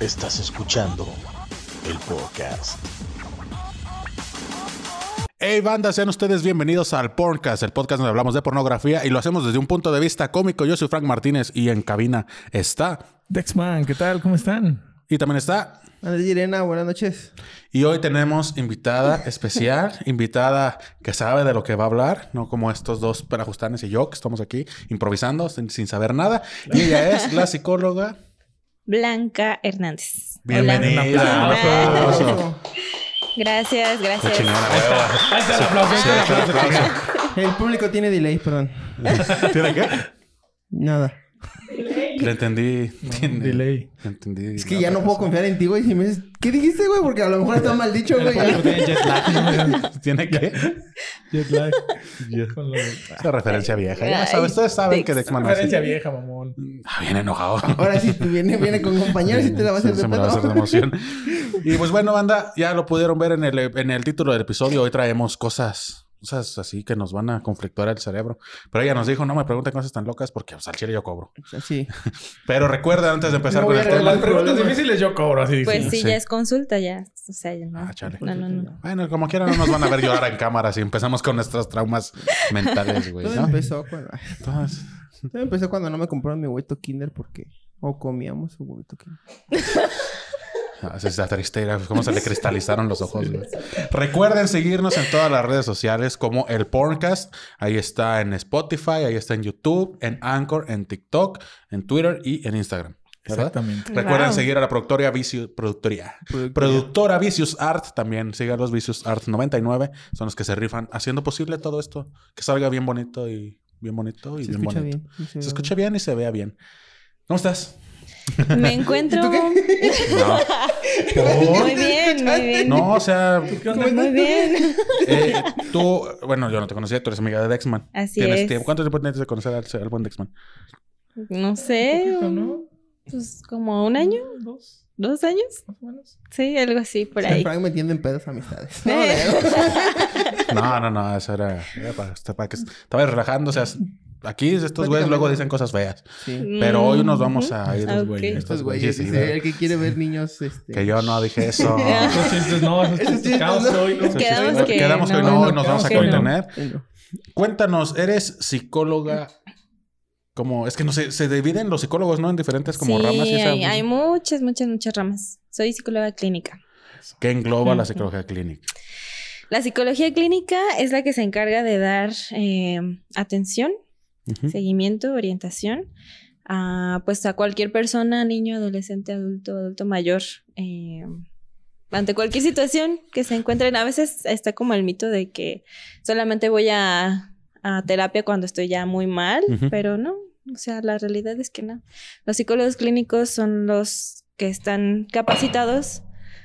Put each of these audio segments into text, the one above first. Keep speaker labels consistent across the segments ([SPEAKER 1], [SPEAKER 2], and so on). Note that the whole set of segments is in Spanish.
[SPEAKER 1] Estás escuchando el podcast.
[SPEAKER 2] Hey banda, sean ustedes bienvenidos al Porncast, el podcast donde hablamos de pornografía y lo hacemos desde un punto de vista cómico. Yo soy Frank Martínez y en cabina está.
[SPEAKER 3] Dexman, ¿qué tal? ¿Cómo están?
[SPEAKER 2] Y también está.
[SPEAKER 4] Andrés Irena, buenas noches.
[SPEAKER 2] Y hoy tenemos invitada especial, invitada que sabe de lo que va a hablar, no como estos dos perajustanes y yo que estamos aquí improvisando sin, sin saber nada. Y ella es la psicóloga.
[SPEAKER 5] Blanca Hernández.
[SPEAKER 2] Bienvenida.
[SPEAKER 5] Hola.
[SPEAKER 2] Un aplauso.
[SPEAKER 5] Gracias,
[SPEAKER 2] La
[SPEAKER 5] gracias. Pues,
[SPEAKER 2] chingona.
[SPEAKER 3] Ahí está el aplauso, ahí
[SPEAKER 2] Sí,
[SPEAKER 3] está el
[SPEAKER 2] claro,
[SPEAKER 3] aplauso.
[SPEAKER 2] claro.
[SPEAKER 4] El público tiene delay, perdón.
[SPEAKER 2] ¿Tiene qué?
[SPEAKER 4] Nada.
[SPEAKER 2] Le entendí. Tiene-
[SPEAKER 3] Delay.
[SPEAKER 2] le entendí.
[SPEAKER 4] Es que ya no puedo confiar en ti, güey. Si me dices, ¿qué dijiste, güey? Porque a lo mejor está mal dicho, güey.
[SPEAKER 3] Jet lag.
[SPEAKER 2] ¿Tiene qué?
[SPEAKER 3] Jet lag. Con lo de-
[SPEAKER 2] Esa referencia vieja. Ya
[SPEAKER 5] Ay,
[SPEAKER 2] sabes, ustedes saben que
[SPEAKER 5] Dex.
[SPEAKER 2] Dexman es
[SPEAKER 3] Referencia vieja, mamón.
[SPEAKER 2] Ah, bien enojado.
[SPEAKER 4] Ahora sí, tú viene, viene con compañeros y te la vas a hacer
[SPEAKER 2] Se
[SPEAKER 4] de
[SPEAKER 2] me va a hacer de
[SPEAKER 4] pedo.
[SPEAKER 2] emoción. Y pues bueno, banda, ya lo pudieron ver en el, en el título del episodio. Hoy traemos cosas, cosas así que nos van a conflictuar el cerebro. Pero ella nos dijo, no me pregunten cosas tan locas porque pues, al chile yo cobro.
[SPEAKER 4] Sí.
[SPEAKER 2] Pero recuerda, antes de empezar
[SPEAKER 4] No
[SPEAKER 2] con
[SPEAKER 4] voy
[SPEAKER 2] el
[SPEAKER 4] a
[SPEAKER 2] tema...
[SPEAKER 4] regalar-
[SPEAKER 3] Las preguntas difíciles yo cobro, así
[SPEAKER 5] Pues
[SPEAKER 3] dicen.
[SPEAKER 5] sí,
[SPEAKER 2] sí.
[SPEAKER 5] ya es consulta, ya. O sea, ya no.
[SPEAKER 2] Ah, chale.
[SPEAKER 5] No, no, no.
[SPEAKER 2] Bueno, como quiera no nos van a ver llorar en cámara si empezamos con nuestros traumas mentales, güey.
[SPEAKER 4] Todo
[SPEAKER 2] ¿no?
[SPEAKER 4] empezó cuando...
[SPEAKER 2] Entonces,
[SPEAKER 4] Todo empezó cuando no me compraron mi huevito kinder porque... O comíamos un huevito kinder.
[SPEAKER 2] Ah, sí, Está triste, mira, cómo se le cristalizaron los ojos. güey. Recuerden seguirnos en todas las redes sociales como el Porncast. Ahí está en Spotify, ahí está en YouTube, en Anchor, en TikTok, en Twitter y en Instagram. ¿verdad?
[SPEAKER 3] Exactamente.
[SPEAKER 2] Recuerden
[SPEAKER 5] Wow.
[SPEAKER 2] seguir a la productora Vicious, productoría,
[SPEAKER 4] Productoría.
[SPEAKER 2] productora Vicious Art también. Sigan los Vicious Art 99, son los que se rifan haciendo posible todo esto, que salga bien bonito y bien bonito y
[SPEAKER 4] Se
[SPEAKER 2] bien
[SPEAKER 4] escucha
[SPEAKER 2] bonito.
[SPEAKER 4] bien. y
[SPEAKER 2] Se
[SPEAKER 4] ve
[SPEAKER 2] escucha bien y se vea bien. ¿Cómo estás?
[SPEAKER 5] Me encuentro.
[SPEAKER 2] No.
[SPEAKER 5] Muy bien, muy bien.
[SPEAKER 2] No, o sea,
[SPEAKER 5] Muy bien.
[SPEAKER 2] Eh, tú, bueno, yo no te conocía, tú eres amiga de Dexman.
[SPEAKER 5] Así
[SPEAKER 2] ¿Tienes
[SPEAKER 5] es.
[SPEAKER 2] tiempo? ¿Cuánto tiempo tienes de conocer al, al buen Dexman?
[SPEAKER 5] No sé,
[SPEAKER 3] ¿No?
[SPEAKER 5] pues como un año,
[SPEAKER 3] Dos,
[SPEAKER 5] dos años.
[SPEAKER 3] más o menos.
[SPEAKER 5] Sí, algo así por
[SPEAKER 4] bien.
[SPEAKER 5] ahí.
[SPEAKER 4] Frank me tiende en pedos amistades.
[SPEAKER 5] Eh.
[SPEAKER 2] No, no, no, eso era, era para, este- para que estaba relajando. O sea, aquí estos güeyes luego dicen cosas feas.
[SPEAKER 4] Sí.
[SPEAKER 2] Pero hoy nos vamos
[SPEAKER 5] Ujú.
[SPEAKER 2] a ir,
[SPEAKER 5] Ah,
[SPEAKER 2] güey.
[SPEAKER 5] ok.
[SPEAKER 4] Estos
[SPEAKER 2] Estos
[SPEAKER 4] güeyes,
[SPEAKER 2] güeyes, sí,
[SPEAKER 4] dice,
[SPEAKER 2] ¿verdad?
[SPEAKER 4] el que quiere ver niños, este...
[SPEAKER 2] Que yo no dije eso.
[SPEAKER 3] Esos chistes no, esos
[SPEAKER 4] Esos
[SPEAKER 3] chistes
[SPEAKER 4] chistes
[SPEAKER 3] caos
[SPEAKER 4] no.
[SPEAKER 3] hoy, ¿no?
[SPEAKER 5] Quedamos que
[SPEAKER 2] Quedamos que
[SPEAKER 5] no,
[SPEAKER 2] no,
[SPEAKER 5] no,
[SPEAKER 2] nos vamos a
[SPEAKER 5] quedamos que no.
[SPEAKER 2] contener.
[SPEAKER 4] Eh, no.
[SPEAKER 2] Cuéntanos, eres psicóloga. Como, es que no sé, se dividen los psicólogos, ¿no? En diferentes como
[SPEAKER 5] sí,
[SPEAKER 2] ramas. y pues, esa-
[SPEAKER 5] hay, hay muchas, muchas, muchas ramas. Soy psicóloga clínica.
[SPEAKER 2] Que engloba la psicología clínica.
[SPEAKER 5] La psicología clínica es la que se encarga de dar eh, atención
[SPEAKER 2] Ujú.
[SPEAKER 5] seguimiento, orientación, a, pues a cualquier persona, niño, adolescente, adulto, adulto mayor, eh, ante cualquier situación que se encuentren. A veces está como el mito de que solamente voy a, a terapia cuando estoy ya muy mal,
[SPEAKER 2] Ujú.
[SPEAKER 5] pero no, o sea, la realidad es que no. Los psicólogos clínicos son los que están capacitados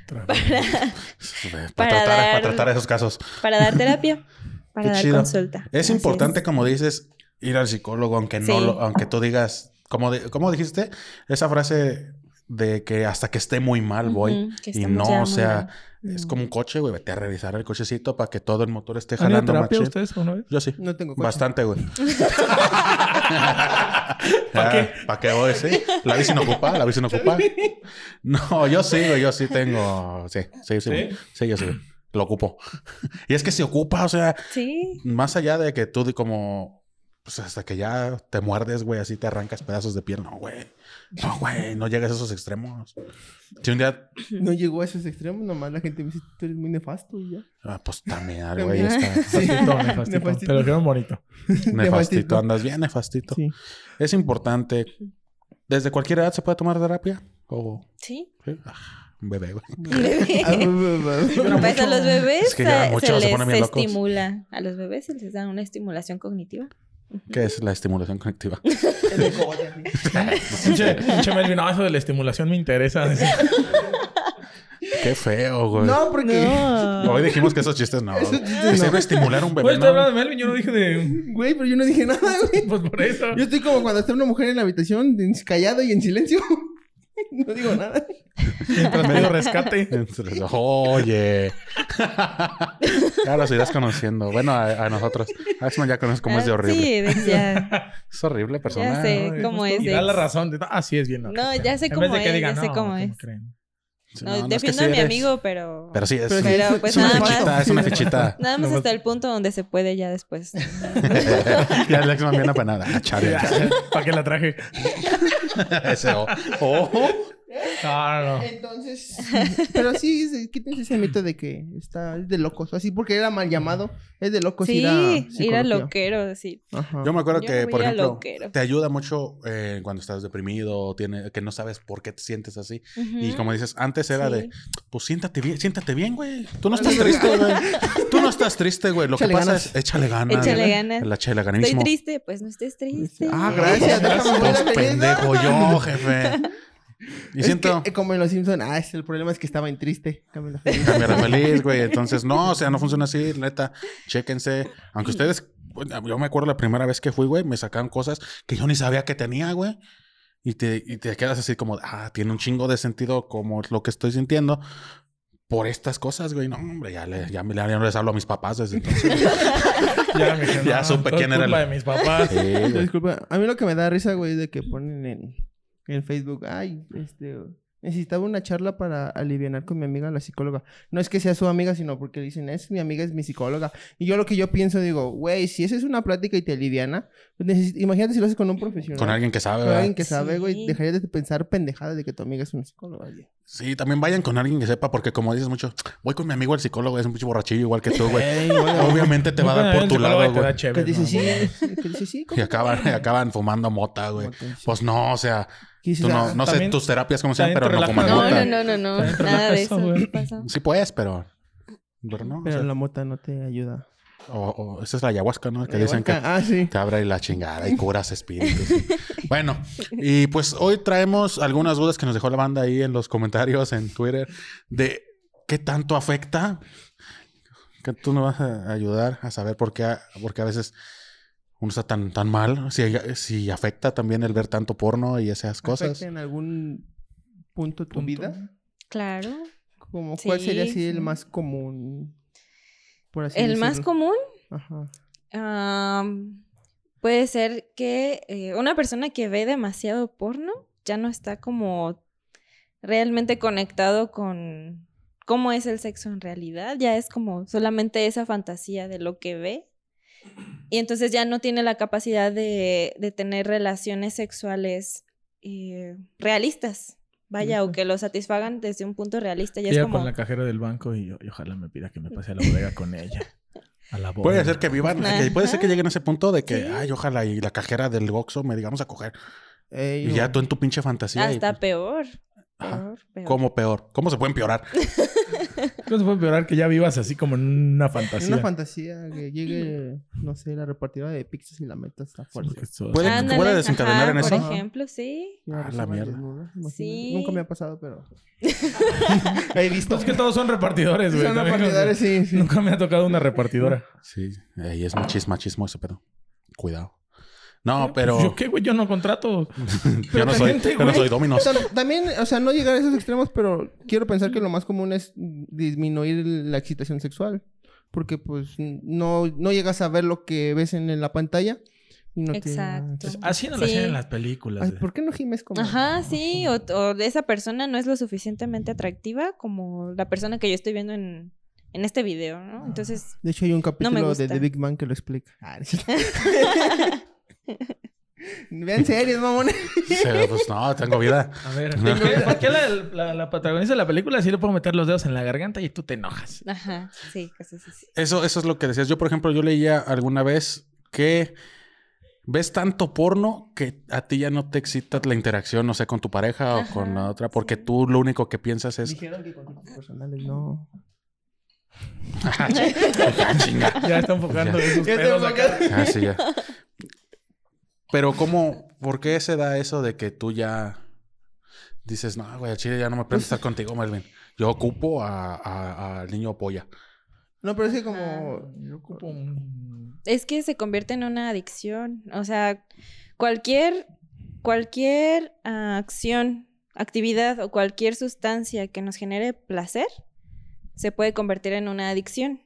[SPEAKER 2] Pues, Para,
[SPEAKER 5] Para
[SPEAKER 2] tratar, para
[SPEAKER 5] dar-
[SPEAKER 2] tratar esos casos.
[SPEAKER 5] para dar terapia, para
[SPEAKER 2] Qué
[SPEAKER 5] dar
[SPEAKER 2] chido.
[SPEAKER 5] consulta.
[SPEAKER 2] Es
[SPEAKER 5] Así
[SPEAKER 2] importante, como dices, ir al psicólogo, aunque no,
[SPEAKER 5] Sí.
[SPEAKER 2] lo- aunque tú digas, como, de- como dijiste, esa frase de que hasta que esté muy mal voy.
[SPEAKER 5] Ujú, que
[SPEAKER 2] Y
[SPEAKER 5] estamos ya
[SPEAKER 2] no, o
[SPEAKER 5] muy
[SPEAKER 2] sea,
[SPEAKER 5] mal.
[SPEAKER 2] es
[SPEAKER 5] No.
[SPEAKER 2] como un coche, güey. Vete a revisar el cochecito para que todo el motor esté
[SPEAKER 3] ¿Han ido a
[SPEAKER 2] jalando
[SPEAKER 3] terapia
[SPEAKER 2] machín.
[SPEAKER 3] ustedes una vez?
[SPEAKER 2] Yo sí.
[SPEAKER 4] No tengo coche.
[SPEAKER 2] Bastante, güey. ¿Para
[SPEAKER 3] qué?
[SPEAKER 2] Ah, ¿Para qué voy? Sí. La bici no ocupa, la bici no ocupa. No, yo sí, güey, yo sí tengo. Sí, sí, sí. güey.
[SPEAKER 3] ¿Sí?
[SPEAKER 2] Sí, yo sí. güey. Lo ocupo. Y es que se ocupa, o sea,
[SPEAKER 5] Sí,
[SPEAKER 2] más allá de que tú de como pues hasta que ya te muerdes, güey, así te arrancas pedazos de piel, no, güey. No, güey, no llegas a esos extremos. Si un día,
[SPEAKER 4] No llegó a esos extremos, nomás la gente me dice, tú eres muy nefasto y ya.
[SPEAKER 2] ah, pues también, güey, ya está.
[SPEAKER 3] Nefastito, nefastito.
[SPEAKER 4] Nefastito.
[SPEAKER 3] Te lo dijeron bonito.
[SPEAKER 2] Nefastito, andas bien nefastito.
[SPEAKER 4] Sí.
[SPEAKER 2] Es importante. ¿Desde cualquier edad se puede tomar terapia? ¿O
[SPEAKER 5] sí.
[SPEAKER 2] sí? Ah, un bebé, güey?
[SPEAKER 5] Pues a los bebés
[SPEAKER 2] Es que llora
[SPEAKER 5] eh,
[SPEAKER 2] mucho, se
[SPEAKER 5] se les
[SPEAKER 2] ponen bien locos.
[SPEAKER 5] estimula. A los bebés se les da una estimulación cognitiva.
[SPEAKER 2] ¿Qué es la estimulación conectiva?
[SPEAKER 3] Pinche pinche Melvin, no, eso de la estimulación me interesa.
[SPEAKER 2] Qué feo, güey.
[SPEAKER 4] No, porque...
[SPEAKER 2] Hoy dijimos que esos chistes no.
[SPEAKER 4] Esos chistes
[SPEAKER 2] Que se
[SPEAKER 4] no.
[SPEAKER 2] iba a estimular un
[SPEAKER 3] Güey,
[SPEAKER 2] bebé.
[SPEAKER 3] estoy hablando
[SPEAKER 2] Pues, ¿no?
[SPEAKER 3] de Melvin, yo no dije de...
[SPEAKER 4] Güey, pero yo no dije nada, güey.
[SPEAKER 3] Pues por eso.
[SPEAKER 4] Yo estoy como cuando está una mujer en la habitación en- callado y en silencio. No digo nada.
[SPEAKER 3] Mientras medio rescate.
[SPEAKER 2] Entonces, Oye. ya los irás conociendo. Bueno, a, a nosotros. Axman ya conoce cómo es de
[SPEAKER 5] Ah,
[SPEAKER 2] horrible.
[SPEAKER 5] Sí, de- ya,
[SPEAKER 2] Es horrible persona.
[SPEAKER 5] ya sé
[SPEAKER 3] Ay,
[SPEAKER 5] cómo
[SPEAKER 3] pues,
[SPEAKER 5] es.
[SPEAKER 3] Y da
[SPEAKER 5] de-
[SPEAKER 3] la razón. de, Ah, sí es bien.
[SPEAKER 5] No, ya sé
[SPEAKER 3] En vez
[SPEAKER 5] cómo
[SPEAKER 3] de que
[SPEAKER 5] es,
[SPEAKER 3] digan,
[SPEAKER 5] ya sé
[SPEAKER 3] "No,
[SPEAKER 5] cómo es.
[SPEAKER 3] creen?
[SPEAKER 2] No,
[SPEAKER 5] No,
[SPEAKER 2] no es que
[SPEAKER 5] defiendo
[SPEAKER 2] sí
[SPEAKER 5] a mi
[SPEAKER 2] eres-
[SPEAKER 5] amigo, pero...
[SPEAKER 2] Pero sí, es,
[SPEAKER 4] Pero
[SPEAKER 5] Pero
[SPEAKER 2] es
[SPEAKER 5] pues
[SPEAKER 2] una
[SPEAKER 5] nada
[SPEAKER 2] fichita,
[SPEAKER 5] más.
[SPEAKER 2] es una fichita.
[SPEAKER 5] Nada más
[SPEAKER 3] Nomás-
[SPEAKER 5] hasta el punto donde se puede ya después.
[SPEAKER 2] ya el Axman viene apanada. Ah, chale.
[SPEAKER 3] ¿Para qué la traje?
[SPEAKER 2] Ese o- ojo.
[SPEAKER 3] No, Ah, no, no.
[SPEAKER 4] Entonces, pero sí, sí, quítense ese mito de que está es de locos. Así porque era mal llamado, es de locos
[SPEAKER 5] sí,
[SPEAKER 4] Pues ir a
[SPEAKER 5] ir a
[SPEAKER 4] psicología.
[SPEAKER 5] loquero, sí.
[SPEAKER 4] Ajá.
[SPEAKER 2] Yo me acuerdo
[SPEAKER 5] Yo
[SPEAKER 2] que,
[SPEAKER 5] voy
[SPEAKER 2] por
[SPEAKER 5] a
[SPEAKER 2] ejemplo,
[SPEAKER 5] loquero.
[SPEAKER 2] te ayuda mucho eh, cuando estás deprimido, o tiene, que no sabes por qué te sientes así. Y como dices, antes era de,
[SPEAKER 5] Sí.
[SPEAKER 2] pues siéntate bien, siéntate bien, güey. Tú no
[SPEAKER 4] Ándale,
[SPEAKER 2] estás triste, güey. Tú no estás triste, güey. Lo que
[SPEAKER 4] Échale
[SPEAKER 2] pasa
[SPEAKER 4] ganas.
[SPEAKER 2] es échale ganas.
[SPEAKER 5] Échale ganas.
[SPEAKER 2] El échale
[SPEAKER 5] Estoy
[SPEAKER 2] ganismo.
[SPEAKER 5] triste, pues no estés triste.
[SPEAKER 2] Ah, gracias.
[SPEAKER 4] Este, eh, Déjame volver a
[SPEAKER 2] Pues,
[SPEAKER 4] leer.
[SPEAKER 2] pendejo yo, jefe. Y
[SPEAKER 4] Es
[SPEAKER 2] siento...
[SPEAKER 4] que, eh, como en los Simpsons, ah, es el problema es que estaba en triste. Camila Feliz.
[SPEAKER 2] cambiar a feliz, güey. Entonces, no, o sea, no funciona así, neta. Chéquense. Aunque ustedes, bueno, yo me acuerdo la primera vez que fui, güey, me sacaron cosas que yo ni sabía que tenía, güey. Y te, y te quedas así como, ah, tiene un chingo de sentido como lo que estoy sintiendo por estas cosas, güey. No, hombre, ya, le, ya, me- ya no les hablo a mis papás desde entonces.
[SPEAKER 3] Ya, me
[SPEAKER 2] Ya supe quién era el-
[SPEAKER 3] el... de mis papás.
[SPEAKER 2] Sí, güey.
[SPEAKER 4] Disculpa, a mí lo que me da risa, güey, es de que ponen en, en Facebook, ay, este, necesitaba una charla para aliviar con mi amiga, la psicóloga. No es que sea su amiga, sino porque dicen, es mi amiga, es mi psicóloga. Y yo lo que yo pienso, digo, güey, si esa es una plática y te aliviana, pues neces- imagínate si lo haces con un profesional.
[SPEAKER 2] Con alguien que sabe,
[SPEAKER 4] Con alguien
[SPEAKER 2] ¿verdad?
[SPEAKER 4] que sabe, güey,
[SPEAKER 5] Sí.
[SPEAKER 4] dejarías de pensar pendejada de que tu amiga es una psicóloga. güey.
[SPEAKER 2] Sí, también vayan con alguien que sepa, porque como dices mucho, voy con mi amigo el psicólogo, es un pinche borrachillo igual que tú, güey. Obviamente te va a dar por tu lado, güey.
[SPEAKER 4] Que dice, sí, que dice, sí,
[SPEAKER 2] Y
[SPEAKER 4] ¿cómo?
[SPEAKER 2] acaban, y acaban fumando mota, güey.
[SPEAKER 4] Mota, sí.
[SPEAKER 2] Pues no, o sea,
[SPEAKER 4] Que dices,
[SPEAKER 2] tú no,
[SPEAKER 4] ah,
[SPEAKER 2] no sé
[SPEAKER 3] también-
[SPEAKER 2] tus terapias cómo sean,
[SPEAKER 3] también
[SPEAKER 2] pero
[SPEAKER 3] te
[SPEAKER 2] no
[SPEAKER 3] relaja
[SPEAKER 2] comas
[SPEAKER 3] la
[SPEAKER 5] No,
[SPEAKER 2] mota.
[SPEAKER 5] no, no, no, no.
[SPEAKER 3] Está dentro
[SPEAKER 5] Nada
[SPEAKER 3] de
[SPEAKER 5] de
[SPEAKER 3] eso,
[SPEAKER 5] eso. ¿qué
[SPEAKER 3] güey.
[SPEAKER 5] pasó?
[SPEAKER 2] Sí puedes, pero... Pero no, o
[SPEAKER 4] Pero
[SPEAKER 2] sea,
[SPEAKER 4] la mota no te ayuda.
[SPEAKER 2] o- o esa es la ayahuasca, ¿no? Que dicen que
[SPEAKER 4] Ah, sí.
[SPEAKER 2] te abre la chingada y curas espíritus. bueno, y pues hoy traemos algunas dudas que nos dejó la banda ahí en los comentarios en Twitter de qué tanto afecta. Que tú nos vas a ayudar a saber por qué, a- por qué a veces uno está tan, tan mal. Si, si afecta también el ver tanto porno y esas cosas.
[SPEAKER 4] ¿Afecta en algún punto tu
[SPEAKER 3] Punto.
[SPEAKER 4] vida?
[SPEAKER 5] Claro.
[SPEAKER 4] Como, ¿Cuál sería
[SPEAKER 5] Sí,
[SPEAKER 4] así el
[SPEAKER 5] sí.
[SPEAKER 4] más común? Por así
[SPEAKER 5] El más
[SPEAKER 4] decirlo.
[SPEAKER 5] común
[SPEAKER 4] Ajá.
[SPEAKER 5] am, puede ser que eh, una persona que ve demasiado porno ya no está como realmente conectado con cómo es el sexo en realidad. Ya es como solamente esa fantasía de lo que ve. Y entonces ya no tiene la capacidad de, de tener relaciones sexuales eh, realistas. Vaya, o que lo satisfagan desde un punto realista. Ya es
[SPEAKER 3] Ella
[SPEAKER 5] como...
[SPEAKER 3] con la cajera del banco y, yo- y ojalá me pida que me pase a la bodega con ella. A la bodega.
[SPEAKER 2] Puede ser que vivan, que puede ser que
[SPEAKER 5] Ajá.
[SPEAKER 2] lleguen a ese punto de que,
[SPEAKER 5] Sí.
[SPEAKER 2] ay, ojalá y la cajera del Goxo me digamos a coger.
[SPEAKER 4] Ey,
[SPEAKER 2] Y
[SPEAKER 4] no.
[SPEAKER 2] ya tú en tu pinche fantasía. y,
[SPEAKER 5] Hasta
[SPEAKER 2] pues,
[SPEAKER 5] peor.
[SPEAKER 2] Ajá.
[SPEAKER 5] Peor, peor.
[SPEAKER 2] ¿Cómo peor? ¿Cómo se puede empeorar?
[SPEAKER 3] ¿Cómo se puede empeorar que ya vivas así como en una
[SPEAKER 4] Es
[SPEAKER 3] fantasía?
[SPEAKER 4] una fantasía que llegue, no sé, la repartidora de pizzas y la metas a fuerza.
[SPEAKER 3] Porque sos-
[SPEAKER 2] Puede-
[SPEAKER 5] Ándale,
[SPEAKER 2] puede desencadenar en
[SPEAKER 5] por
[SPEAKER 4] eso.
[SPEAKER 5] ejemplo, sí.
[SPEAKER 4] Y una
[SPEAKER 2] Ah, la
[SPEAKER 4] persona
[SPEAKER 2] mierda.
[SPEAKER 4] desnuda, imagínate.
[SPEAKER 5] Sí.
[SPEAKER 4] Nunca me ha pasado, pero... He visto.
[SPEAKER 3] Es que todos son repartidores, güey.
[SPEAKER 4] Son
[SPEAKER 3] También, o sea,
[SPEAKER 4] repartidores, sí, sí.
[SPEAKER 3] Nunca me ha tocado una repartidora.
[SPEAKER 2] Sí, ahí es machismo, machismo ese pedo. Cuidado. No, pero
[SPEAKER 3] ¿Yo qué, güey? Yo no contrato.
[SPEAKER 2] yo no soy,
[SPEAKER 3] gente,
[SPEAKER 2] yo no
[SPEAKER 3] güey.
[SPEAKER 2] soy dominos.
[SPEAKER 4] Tam- También, o sea, no llegar a esos extremos, pero quiero pensar que lo más común es disminuir la excitación sexual. Porque, pues, no, no llegas a ver lo que ves en la pantalla. Y no te-
[SPEAKER 5] Exacto.
[SPEAKER 3] Así Ah, no lo
[SPEAKER 5] Sí.
[SPEAKER 3] hacían en las películas.
[SPEAKER 4] Ay,
[SPEAKER 3] güey.
[SPEAKER 4] ¿por qué no gimes como...?
[SPEAKER 5] Ajá, sí. O, o de esa persona no es lo suficientemente atractiva como la persona que yo estoy viendo en, en este video,
[SPEAKER 3] Ah.
[SPEAKER 5] ¿no? Entonces,
[SPEAKER 4] De hecho, hay un capítulo de
[SPEAKER 5] gusta.
[SPEAKER 4] The Big Man que lo explica. Ah, no es cierto. Vean series, mamón.
[SPEAKER 2] Sí, pues no, tengo vida.
[SPEAKER 3] A ver,
[SPEAKER 2] Ajá.
[SPEAKER 3] ¿por qué- ¿por qué la, la- la protagonista de la película sí le puedo meter los dedos en la garganta y tú te enojas?
[SPEAKER 5] ajá, sí, cosas así.
[SPEAKER 2] Eso, eso es lo que decías. Yo, por ejemplo, yo leía alguna vez que ves tanto porno que a ti ya no te excita la interacción, no sé, con tu pareja o
[SPEAKER 5] Ajá,
[SPEAKER 2] con la otra, porque
[SPEAKER 5] sí.
[SPEAKER 2] tú lo único que piensas es
[SPEAKER 4] Dijeron que con personales no.
[SPEAKER 2] chinga.
[SPEAKER 3] Ya está enfocando
[SPEAKER 2] Ya.
[SPEAKER 3] esos
[SPEAKER 4] Ya está
[SPEAKER 3] pedos acá.
[SPEAKER 2] Ah, sí, ya. Pero cómo, ¿por qué se da eso de que tú ya dices, no, güey, al chile ya no me prendo a estar contigo, Melvin? Yo ocupo a- a- al niño polla.
[SPEAKER 4] No, pero es que como...
[SPEAKER 5] Ah,
[SPEAKER 3] Yo ocupo un...
[SPEAKER 5] Es que se convierte en una adicción. O sea, cualquier, cualquier ah, acción actividad o cualquier sustancia que nos genere placer se puede convertir en una adicción.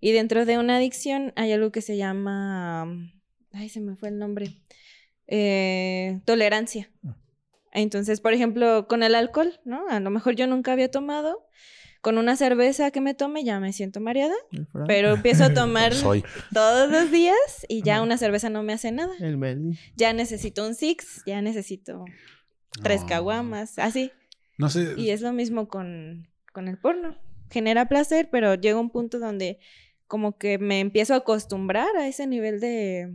[SPEAKER 5] Y dentro de una adicción hay algo que se llama, um, ay, se me fue el nombre, eh, tolerancia.
[SPEAKER 4] Ah.
[SPEAKER 5] Entonces, por ejemplo, con el alcohol, ¿no? A lo mejor yo nunca había tomado. Con una cerveza que me tome ya me siento mareada,
[SPEAKER 4] El Fran,
[SPEAKER 5] pero empiezo a tomar
[SPEAKER 2] Soy.
[SPEAKER 5] todos los días y ya
[SPEAKER 4] Ajá.
[SPEAKER 5] una cerveza no me hace nada.
[SPEAKER 4] el Meli.
[SPEAKER 5] Ya necesito un six, ya necesito tres
[SPEAKER 2] No.
[SPEAKER 5] caguamas, así.
[SPEAKER 2] No sé.
[SPEAKER 5] Y es lo mismo con, con el porno. Genera placer, pero llega un punto donde como que me empiezo a acostumbrar a ese nivel de,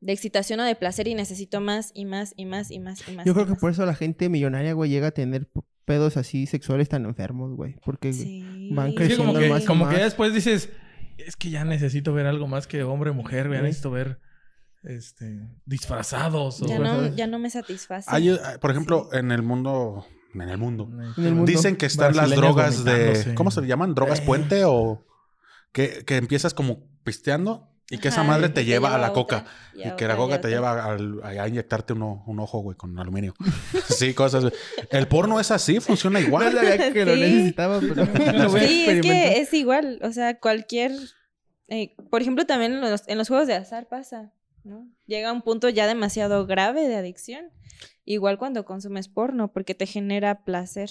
[SPEAKER 5] de excitación o de placer y necesito más y más y más y más y más.
[SPEAKER 4] Yo
[SPEAKER 5] y
[SPEAKER 4] creo que
[SPEAKER 5] más.
[SPEAKER 4] por eso la gente millonaria, güey, llega a tener p- pedos así sexuales tan enfermos, güey. Porque
[SPEAKER 5] Sí.
[SPEAKER 4] van
[SPEAKER 3] Es que
[SPEAKER 4] creciendo
[SPEAKER 3] como que,
[SPEAKER 4] más y
[SPEAKER 3] como
[SPEAKER 4] más.
[SPEAKER 3] que ya después dices, es que ya necesito ver algo más que hombre mujer, güey. Ya
[SPEAKER 4] Sí.
[SPEAKER 3] necesito ver este, disfrazados. o-
[SPEAKER 5] Ya
[SPEAKER 4] ¿verdad?
[SPEAKER 5] no, ya no me satisface.
[SPEAKER 2] Hay, eh, por ejemplo, en el mundo. En el mundo.
[SPEAKER 4] En el mundo.
[SPEAKER 2] Dicen que están las
[SPEAKER 3] Brasileños
[SPEAKER 2] drogas de.
[SPEAKER 3] vomitándose.
[SPEAKER 2] ¿Cómo se le llaman? ¿Drogas
[SPEAKER 3] Eh.
[SPEAKER 2] puente o.? Que, que empiezas como pisteando y que esa
[SPEAKER 5] Ajá,
[SPEAKER 2] madre
[SPEAKER 5] y
[SPEAKER 2] te
[SPEAKER 5] que
[SPEAKER 2] lleva a la
[SPEAKER 5] otra,
[SPEAKER 2] coca. Y que la
[SPEAKER 5] otra,
[SPEAKER 2] coca te
[SPEAKER 5] otra.
[SPEAKER 2] lleva al- a, a inyectarte uno- un ojo, güey, con aluminio. sí, cosas. güey. El porno es así, funciona
[SPEAKER 4] No
[SPEAKER 2] igual.
[SPEAKER 4] sabía que lo
[SPEAKER 5] Sí.
[SPEAKER 4] necesitaba, pues, pero lo voy a
[SPEAKER 5] Sí, es
[SPEAKER 4] experimentar.
[SPEAKER 5] que es igual. O sea, cualquier. eh, por ejemplo, también en los, en los juegos de azar pasa, ¿no? Llega un punto ya demasiado grave de adicción. Igual cuando consumes porno, porque te genera placer.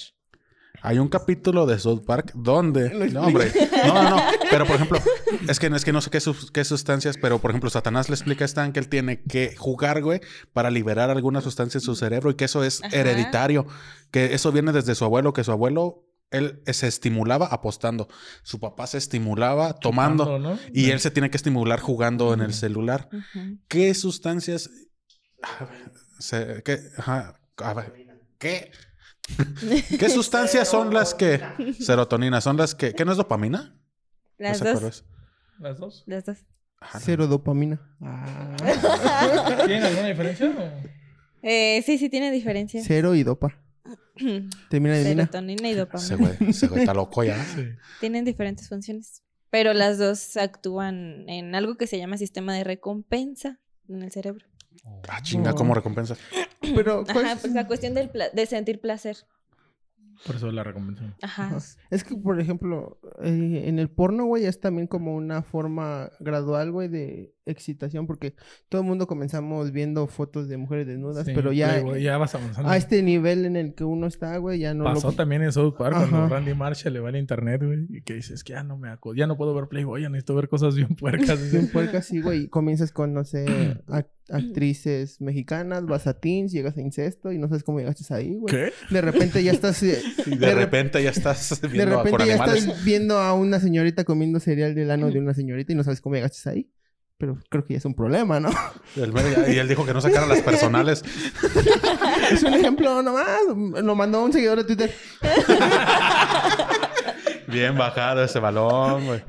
[SPEAKER 2] Hay un capítulo de South Park donde.
[SPEAKER 4] Lo
[SPEAKER 2] No, hombre. No, no, no. Pero por ejemplo, es que, es que no sé qué, sus- qué sustancias, pero por ejemplo, Satanás le explica a Stan que él tiene que jugar, güey, para liberar alguna sustancia en su cerebro y que eso es
[SPEAKER 5] Ajá.
[SPEAKER 2] hereditario. Que eso viene desde su abuelo, que su abuelo. Él se estimulaba apostando. Su papá se estimulaba tomando.
[SPEAKER 3] ¿no?
[SPEAKER 2] Y él se tiene que estimular jugando en el celular.
[SPEAKER 5] Ujú.
[SPEAKER 2] ¿Qué sustancias? A ver, se- ¿Qué? Ajá, a ver, ¿qué? ¿Qué sustancias son las que... Serotonina, son las que... ¿Qué no es dopamina? No
[SPEAKER 5] Las
[SPEAKER 2] sé cuál
[SPEAKER 5] dos.
[SPEAKER 2] es.
[SPEAKER 3] ¿Las dos?
[SPEAKER 5] Las dos.
[SPEAKER 2] Ajá, no.
[SPEAKER 4] Cero dopamina. Ah.
[SPEAKER 3] ¿Tienen alguna diferencia? o?
[SPEAKER 5] Eh, sí, sí, tiene diferencia.
[SPEAKER 4] Cero y dopa. Termina de mina.
[SPEAKER 5] Serotonina y dopamina.
[SPEAKER 2] Ese güey, ese güey está loco ya.
[SPEAKER 3] Sí.
[SPEAKER 5] Tienen diferentes funciones. Pero las dos actúan en algo que se llama sistema de recompensa en el cerebro.
[SPEAKER 2] Ah, chinga, ¿cómo recompensa?
[SPEAKER 4] Pero ¿cuál
[SPEAKER 5] Ajá,
[SPEAKER 4] es-
[SPEAKER 5] pues la cuestión del pla- de sentir placer.
[SPEAKER 3] Por eso la recomendación.
[SPEAKER 5] Ajá.
[SPEAKER 4] Ajá. es que, por ejemplo, eh, en el porno, güey, es también como una forma gradual, güey, de excitación, porque todo el mundo comenzamos viendo fotos de mujeres desnudas,
[SPEAKER 3] Sí,
[SPEAKER 4] pero ya
[SPEAKER 3] Playboy, ya vas avanzando.
[SPEAKER 4] a este nivel en el que uno está, güey, ya no
[SPEAKER 3] Pasó
[SPEAKER 4] lo...
[SPEAKER 3] también en South Park
[SPEAKER 4] Ajá.
[SPEAKER 3] cuando Randy Marshall le va al internet, güey, y que dices que ya no me acuerdo, ya no puedo ver Playboy, ya necesito ver cosas bien puercas.
[SPEAKER 4] Sin
[SPEAKER 3] dice.
[SPEAKER 4] puerca, sí, güey. y Comienzas con, no sé, ac- actrices mexicanas, vas a teens, llegas a incesto y no sabes cómo llegaste ahí, güey.
[SPEAKER 3] ¿Qué?
[SPEAKER 4] De repente ya estás... eh,
[SPEAKER 2] De,
[SPEAKER 4] de rep-
[SPEAKER 2] repente ya estás
[SPEAKER 4] De
[SPEAKER 2] viendo a- por
[SPEAKER 4] repente ya
[SPEAKER 2] animales.
[SPEAKER 4] estás viendo a una señorita comiendo cereal del ano de una señorita y no sabes cómo llegaste ahí. Pero creo que ya es un problema, ¿no?
[SPEAKER 2] El mero ya- y él dijo que no sacara las personales.
[SPEAKER 4] Es un ejemplo nomás. Lo mandó un seguidor de Twitter.
[SPEAKER 2] Bien bajado ese balón, güey.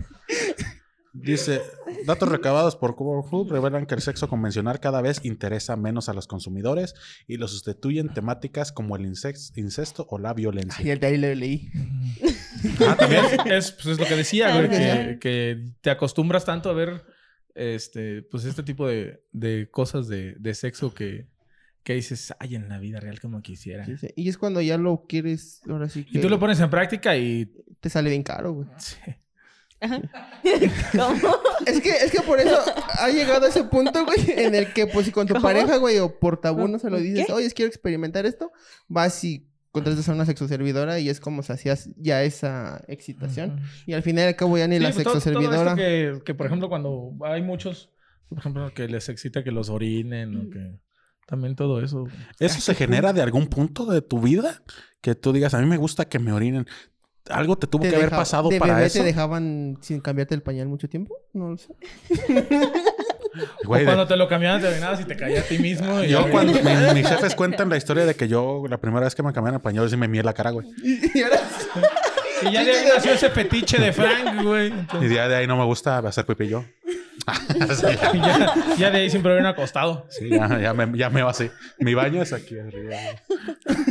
[SPEAKER 2] Dice, datos recabados por Hub revelan que el sexo convencional cada vez interesa menos a los consumidores y lo sustituyen temáticas como el incex- incesto o la
[SPEAKER 4] Ay,
[SPEAKER 2] violencia.
[SPEAKER 4] el de ahí lo leí.
[SPEAKER 3] Ah, también es, pues es lo que decía, güey,
[SPEAKER 5] Ajá.
[SPEAKER 3] que, que te acostumbras tanto a ver este, pues este tipo de, de cosas de, de sexo que, que dices, ay, en la vida real como quisiera.
[SPEAKER 4] Sí, sí. Y es cuando ya lo quieres, ahora sí que
[SPEAKER 3] Y tú lo pones en práctica y...
[SPEAKER 4] te sale bien caro, güey.
[SPEAKER 5] Ajá. ¿Cómo?
[SPEAKER 4] Es que, es que por eso ha llegado a ese punto, güey, en el que, pues, si con tu
[SPEAKER 5] ¿Cómo?
[SPEAKER 4] pareja, güey, o por tabú no se lo
[SPEAKER 5] ¿Qué?
[SPEAKER 4] dices, oye, quiero experimentar esto, vas y contratas a una sexoservidora y es como se hacías ya esa excitación.
[SPEAKER 3] Ujú.
[SPEAKER 4] Y al final y al cabo ya ni
[SPEAKER 3] Sí,
[SPEAKER 4] la
[SPEAKER 3] pues, todo- todo esto
[SPEAKER 4] sexoservidora.
[SPEAKER 3] que, que, por ejemplo, cuando hay muchos, por ejemplo, que les excita que los orinen o que... También todo eso.
[SPEAKER 2] ¿Eso se genera de algún punto de tu vida? Que tú digas, a mí me gusta que me orinen. ¿Algo te tuvo
[SPEAKER 4] te
[SPEAKER 2] que haber
[SPEAKER 4] deja-
[SPEAKER 2] pasado
[SPEAKER 4] de
[SPEAKER 2] para
[SPEAKER 4] bebé
[SPEAKER 2] eso?
[SPEAKER 4] te dejaban sin cambiarte el pañal mucho tiempo? No lo sé.
[SPEAKER 2] Güey,
[SPEAKER 3] O
[SPEAKER 2] de-
[SPEAKER 3] cuando te lo cambiaban, te orinabas y te caía a ti mismo. y-
[SPEAKER 2] Yo cuando mi- mis jefes cuentan la historia de que yo la primera vez que me cambiaron el pañal sí me mié la cara, güey.
[SPEAKER 4] Y ahora
[SPEAKER 3] Y ya le nació ese petiche de Frank, güey. Entonces,
[SPEAKER 2] Y ya de ahí no me gusta hacer pipí yo. Sí,
[SPEAKER 3] y ya, ya de ahí siempre viene acostado.
[SPEAKER 2] Sí, ya, ya me, ya me va así. Mi baño es aquí arriba.